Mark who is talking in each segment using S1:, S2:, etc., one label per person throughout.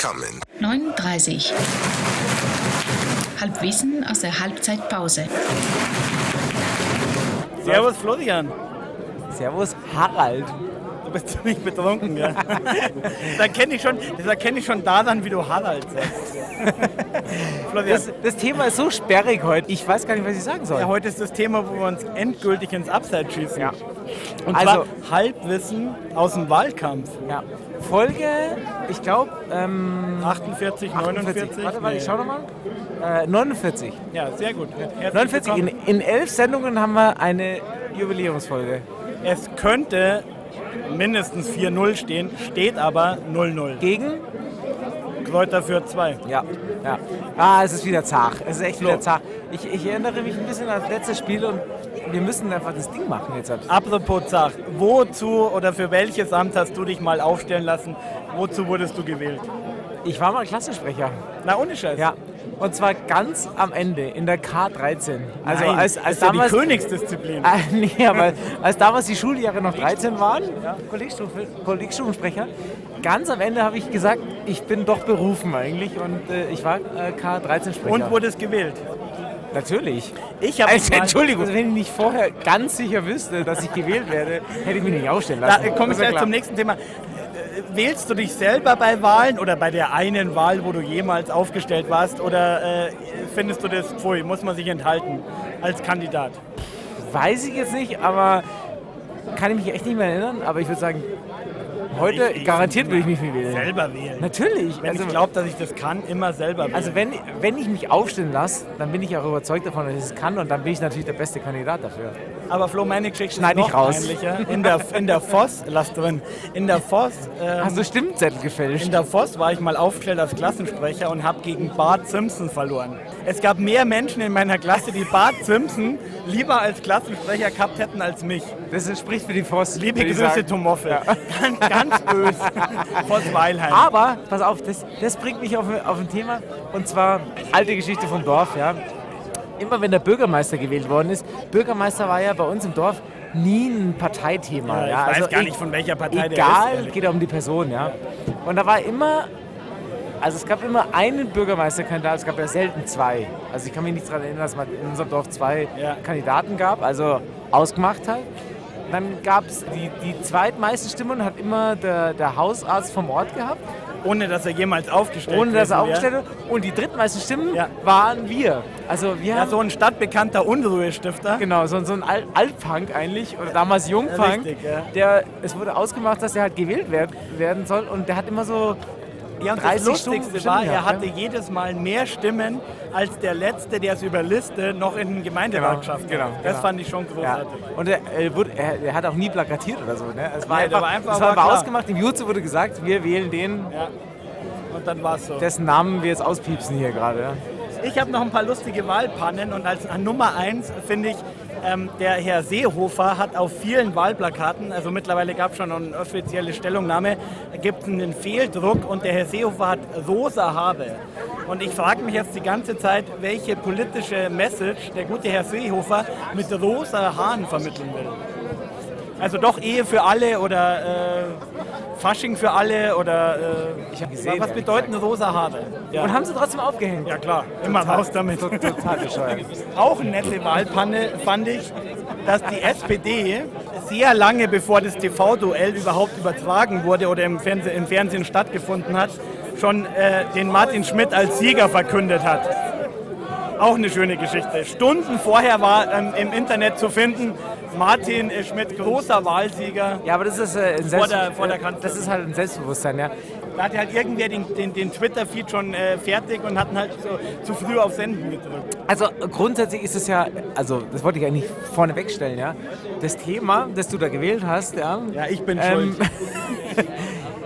S1: coming.
S2: 39. Halbwissen aus der Halbzeitpause.
S3: Servus Florian,
S4: Servus Harald.
S3: du bist ziemlich betrunken, gell? das erkenne ich schon, das erkenne ich schon daran, wie du Harald sagst. Florian,
S4: Das, das Thema ist so sperrig heute. Ich weiß gar nicht, was ich sagen soll.
S3: ja, heute ist das Thema, wo wir uns endgültig ins Abseits schießen.
S4: Ja.
S3: Und
S4: Also-
S3: zwar Halbwissen aus dem Wahlkampf.
S4: Ja. Folge, ich glaube, ähm,
S3: 48, 49.
S4: Warte, warte, ich
S3: Nee.
S4: schau nochmal. Äh, 49.
S3: Ja, sehr gut. Herzlich
S4: 49. In,
S3: willkommen.
S4: in elf Sendungen haben wir eine Jubiläumsfolge.
S3: Es könnte mindestens 4-0 stehen, steht aber 0-0.
S4: Gegen?
S3: Kräuter für 2.
S4: Ja. ja. Ah, es ist wieder zart. Es ist echt
S3: So.
S4: wieder zart. Ich, ich erinnere mich ein bisschen an das letzte Spiel und wir müssen einfach das Ding machen jetzt.
S3: Apropos Zach, wozu oder für welches Amt hast du dich mal aufstellen lassen? Wozu wurdest du gewählt?
S4: Ich war mal Klassensprecher.
S3: Na, ohne Scheiß.
S4: Ja. Und zwar ganz am Ende, in der K13. Also
S3: Nein,
S4: als, als
S3: ist ja die
S4: damals.
S3: Königsdisziplin.
S4: Ah, nee, aber als damals die Schuljahre noch 13 waren, Kollegstufe- Kollegstufensprecher, ganz am Ende habe ich gesagt, ich bin doch berufen eigentlich und äh, ich war äh, K13-Sprecher.
S3: Und wurde es gewählt.
S4: Natürlich.
S3: Ich habe
S4: Also,
S3: mich mal-
S4: Entschuldigung, also, wenn ich nicht vorher ganz sicher wüsste, dass ich gewählt werde, hätte ich mich nicht aufstellen
S3: Da
S4: lassen.
S3: äh, komme
S4: Das war
S3: ich gleich
S4: klar.
S3: zum nächsten Thema. Äh, äh, Wählst du dich selber bei Wahlen oder bei der einen Wahl, wo du jemals aufgestellt warst? Oder äh, findest du das, pfui, muss man sich enthalten als Kandidat?
S4: Weiß ich jetzt nicht, aber kann ich mich echt nicht mehr erinnern, aber ich würde sagen, heute
S3: Ich- ich-
S4: garantiert würde ich mich nicht wählen.
S3: Selber wählen.
S4: Natürlich.
S3: Wenn
S4: also,
S3: ich glaube, dass ich das kann, immer selber wählen.
S4: Also wenn, wenn ich mich aufstellen lasse, dann bin ich auch überzeugt davon, dass ich es kann und dann bin ich natürlich der beste Kandidat dafür.
S3: Aber Flo, meine Geschichte
S4: Schneid
S3: ist
S4: nicht
S3: noch
S4: raus.
S3: peinlicher. In der, in der Voss, lass drin, in der Voss, ähm,
S4: Hast du Stimmzettel gefälscht?
S3: in der Voss war ich mal aufgestellt als Klassensprecher und habe gegen Bart Simpson verloren. Es gab mehr Menschen in meiner Klasse, die Bart Simpson lieber als Klassensprecher gehabt hätten als mich.
S4: Das spricht für die Forst.
S3: Liebe
S4: würde ich
S3: Grüße,
S4: sagen.
S3: Tomoffel. Ganz, ganz böse. Voss Weilheim.
S4: Aber, pass auf, das, das bringt mich auf, auf ein Thema und zwar alte Geschichte vom Dorf. Ja. Immer wenn der Bürgermeister gewählt worden ist, Bürgermeister war ja bei uns im Dorf nie ein Parteithema.
S3: Ja,
S4: Ja,
S3: ich weiß
S4: also
S3: gar
S4: e-
S3: nicht, von welcher Partei der ist.
S4: Egal,
S3: ehrlich.
S4: geht ja um die Person, ja. Und da war immer, also es gab immer einen Bürgermeisterkandidat, es gab ja selten zwei. Also ich kann mich nicht daran erinnern, dass man in unserem Dorf zwei
S3: Ja.
S4: Kandidaten gab, also ausgemacht hat. Dann gab es die, die zweitmeisten Stimmen, hat immer der, der Hausarzt vom Ort gehabt,
S3: Ohne, dass er jemals aufgestellt
S4: ohne dass er
S3: gewesen wäre.
S4: aufgestellt wurde. Und die drittmeisten Stimmen
S3: Ja.
S4: waren wir. Also wir
S3: Ja,
S4: haben,
S3: so ein stadtbekannter Unruhestifter.
S4: genau, so, so ein Al Altpunk eigentlich, oder damals Jungpunk,
S3: richtig, ja.
S4: der, es wurde ausgemacht, dass er halt gewählt werden, werden soll. Und der hat immer so
S3: Ja, und
S4: 30
S3: das
S4: Stimmen
S3: Lustigste
S4: Stimmen
S3: war, er
S4: gehabt,
S3: hatte
S4: ja.
S3: jedes Mal mehr Stimmen als der Letzte, der es über Liste noch in den Gemeinderat
S4: Genau,
S3: schafft.
S4: genau,
S3: Das
S4: genau.
S3: fand ich schon
S4: Ja.
S3: großartig.
S4: Und er, er, wurde, er, er hat auch nie plakatiert oder so. Ne? Es war
S3: Nee, der
S4: einfach,
S3: war einfach-
S4: es war
S3: war
S4: einfach
S3: klar.
S4: ausgemacht. Im Jutsu wurde gesagt, wir wählen den,
S3: Und dann war es so.
S4: dessen Namen wir jetzt auspiepsen hier gerade. ja.
S3: Ich habe noch ein paar lustige Wahlpannen und als an Nummer eins finde ich, ähm, der Herr Seehofer hat auf vielen Wahlplakaten, also mittlerweile gab es schon eine offizielle Stellungnahme, gibt es einen Fehldruck und der Herr Seehofer hat rosa Habe. Und ich frage mich jetzt die ganze Zeit, welche politische Message der gute Herr Seehofer mit rosa Haaren vermitteln will. Also doch Ehe für alle oder äh, Fasching für alle oder äh,
S4: Ich hab gesehen,
S3: was
S4: ehrlich
S3: bedeuten rosa Haare? Ja.
S4: Und haben sie trotzdem aufgehängt.
S3: ja klar, immer raus damit.
S4: To- Total bescheuert.
S3: Auch eine nette Wahlpanne fand ich, dass die SPD sehr lange bevor das TV-Duell überhaupt übertragen wurde oder im Fernsehen, im Fernsehen stattgefunden hat, schon äh, den Martin Schmidt als Sieger verkündet hat. Auch eine schöne Geschichte. Stunden vorher war ähm, im Internet zu finden, Martin äh, Schmidt, großer Wahlsieger.
S4: Ja, aber das ist, äh, ein
S3: Vor
S4: Selbst
S3: der- vor der Kanzlerin.
S4: das ist halt ein Selbstbewusstsein. Ja.
S3: Da hatte halt irgendwer den, den, den Twitter-Feed schon äh, fertig und hatten halt so, zu früh auf Senden gedrückt.
S4: Also grundsätzlich ist es ja, also das wollte ich eigentlich vorne wegstellen, ja. Das Thema, das du da gewählt hast, ja.
S3: Ja, ich bin
S4: Ähm,
S3: schuld.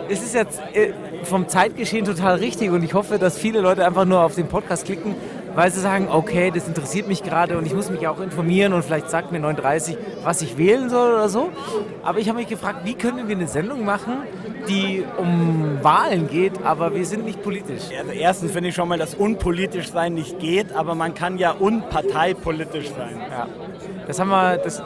S4: Es ist jetzt äh, vom Zeitgeschehen total richtig und ich hoffe, dass viele Leute einfach nur auf den Podcast klicken, weil sie sagen, okay, das interessiert mich gerade und ich muss mich auch informieren und vielleicht sagt mir 39, was ich wählen soll oder so. Aber ich habe mich gefragt, wie können wir eine Sendung machen, die um Wahlen geht, aber wir sind nicht politisch.
S3: Also erstens finde ich schon mal, dass unpolitisch sein nicht geht, aber man kann ja unparteipolitisch sein.
S4: Ja. Das haben wir, das,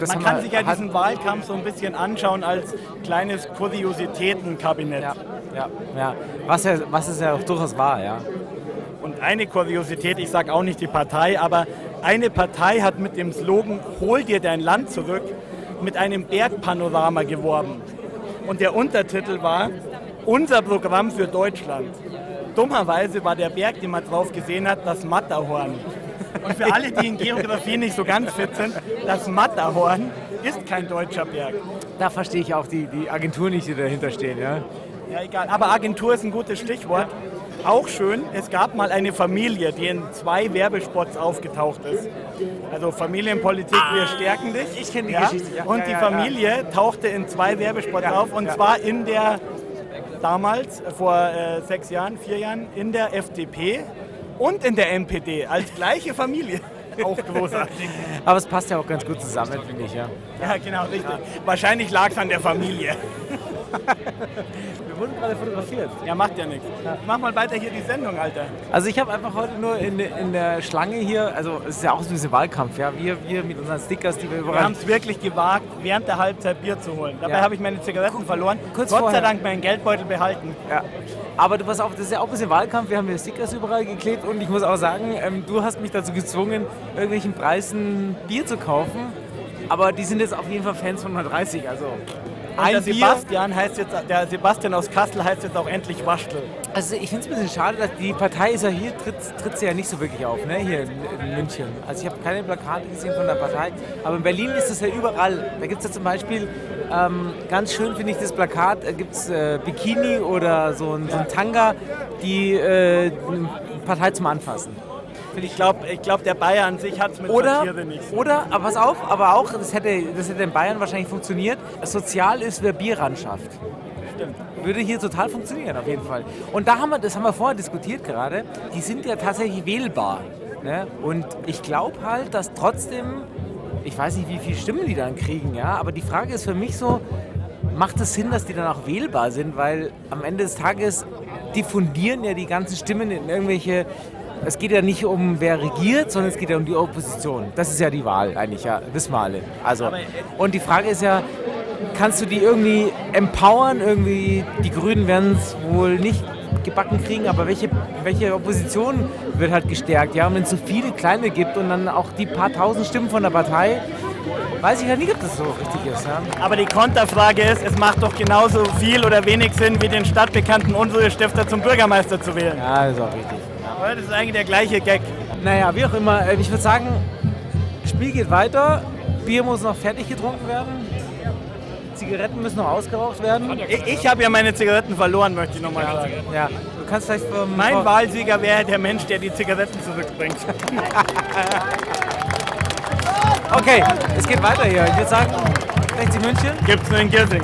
S4: das
S3: Man
S4: haben
S3: kann
S4: wir,
S3: sich ja
S4: Also hat-
S3: diesen Wahlkampf so ein bisschen anschauen als kleines Kuriositätenkabinett.
S4: Ja. Ja, ja. Was, ja, was es ja auch durchaus war, ja.
S3: Und eine Kuriosität, ich sage auch nicht die Partei, aber eine Partei hat mit dem Slogan Hol dir dein Land zurück mit einem Bergpanorama geworben. Und der Untertitel war Unser Programm für Deutschland. Dummerweise war der Berg, den man drauf gesehen hat, das Matterhorn. Und für alle, die in Geografie nicht so ganz fit sind, das Matterhorn ist kein deutscher Berg.
S4: Da verstehe ich auch die, die Agentur nicht, die dahinter stehen, ja.
S3: Ja, egal. Aber Agentur ist ein gutes Stichwort. Auch schön, es gab mal eine Familie, die in zwei Werbespots aufgetaucht ist. Also Familienpolitik, wir stärken dich.
S4: Ah, ich kenn die
S3: ja?
S4: Geschichte, ja.
S3: Und
S4: Ja,
S3: die
S4: ja, ja.
S3: Familie tauchte in zwei Werbespots
S4: Ja,
S3: auf. Und
S4: ja.
S3: zwar in der, damals, äh, vor äh, sechs Jahren, vier Jahren, in der FDP und in der NPD. Als gleiche Familie. Auch großartig.
S4: Aber es passt ja auch ganz gut zusammen, finde ich, ja.
S3: Ja, genau, richtig. Wahrscheinlich lag es an der Familie.
S4: Wir wurden gerade fotografiert.
S3: Ja, macht ja nichts. Mach mal weiter hier die Sendung, Alter.
S4: Also ich habe einfach heute nur in, in der Schlange hier, also es ist ja auch so ein bisschen Wahlkampf, ja. Wir, wir mit unseren Stickers, die wir
S3: Wir
S4: überall...
S3: haben es wirklich gewagt, während der Halbzeit Bier zu holen. Dabei
S4: Ja.
S3: habe ich meine Zigaretten verloren.
S4: kurz
S3: Gott
S4: vorher.
S3: sei Dank meinen Geldbeutel behalten.
S4: Ja. Aber du pass auf, das ist ja auch ein bisschen Wahlkampf. Wir haben hier Stickers überall geklebt und ich muss auch sagen, ähm, du hast mich dazu gezwungen, irgendwelchen Preisen Bier zu kaufen. Aber die sind jetzt auf jeden Fall Fans von 130. Also
S3: Und der Sebastian heißt jetzt, der Sebastian aus Kassel heißt jetzt auch endlich Waschtel.
S4: Also ich finde es ein bisschen schade, dass die Partei ist ja hier, tritt, tritt sie ja nicht so wirklich auf, ne? hier in, in München. Also ich habe keine Plakate gesehen von der Partei, aber in Berlin ist es ja überall. Da gibt es ja zum Beispiel, ähm, ganz schön finde ich das Plakat, da gibt es äh, Bikini oder so ein, so ein Tanga, die äh, Partei zum Anfassen.
S3: Ich glaube, ich glaub, der Bayer an sich hat es mit
S4: Oder,
S3: Satire nicht. so.
S4: oder, aber pass auf, aber auch, das hätte, das hätte in Bayern wahrscheinlich funktioniert, sozial ist, wer Bier ran schafft.
S3: Stimmt.
S4: Würde hier total funktionieren, auf jeden Fall. Und da haben wir, das haben wir vorher diskutiert gerade, die sind ja tatsächlich wählbar. Ne? Und ich glaube halt, dass trotzdem, ich weiß nicht, wie viele Stimmen die dann kriegen, ja, aber die Frage ist für mich so, macht es Sinn, dass die dann auch wählbar sind? Weil am Ende des Tages diffundieren ja die ganzen Stimmen in irgendwelche. Es geht ja nicht um wer regiert, sondern es geht ja um die Opposition. Das ist ja die Wahl eigentlich, ja, wissen wir alle. Also,
S3: Aber, äh,
S4: und die Frage ist ja, kannst du die irgendwie empowern? Irgendwie, die Grünen werden es wohl nicht gebacken kriegen, aber welche, welche Opposition wird halt gestärkt? Ja, und wenn es so viele kleine gibt und dann auch die paar tausend Stimmen von der Partei, weiß ich ja nicht, ob das so richtig ist. Ja?
S3: Aber die Konterfrage ist, es macht doch genauso viel oder wenig Sinn, wie den stadtbekannten Unruhestifter zum Bürgermeister zu wählen.
S4: ja, ist auch richtig.
S3: Aber Das ist eigentlich der gleiche Gag.
S4: Naja, wie auch immer, äh, ich würde sagen, Spiel geht weiter, Bier muss noch fertig getrunken werden, Zigaretten müssen noch ausgeraucht werden.
S3: Ich, ich habe ja meine Zigaretten verloren, möchte ich nochmal sagen.
S4: Ja, du kannst vielleicht vom,
S3: Mein
S4: vom-
S3: Wahlsieger wäre der Mensch, der die Zigaretten zurückbringt.
S4: Okay, es geht weiter hier. Ich würde sagen, 60 München.
S3: Gibt's nur in Giersing.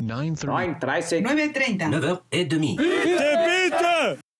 S1: 9.30
S5: 9.30.
S6: 9h30.
S1: 9h30
S7: 9h30.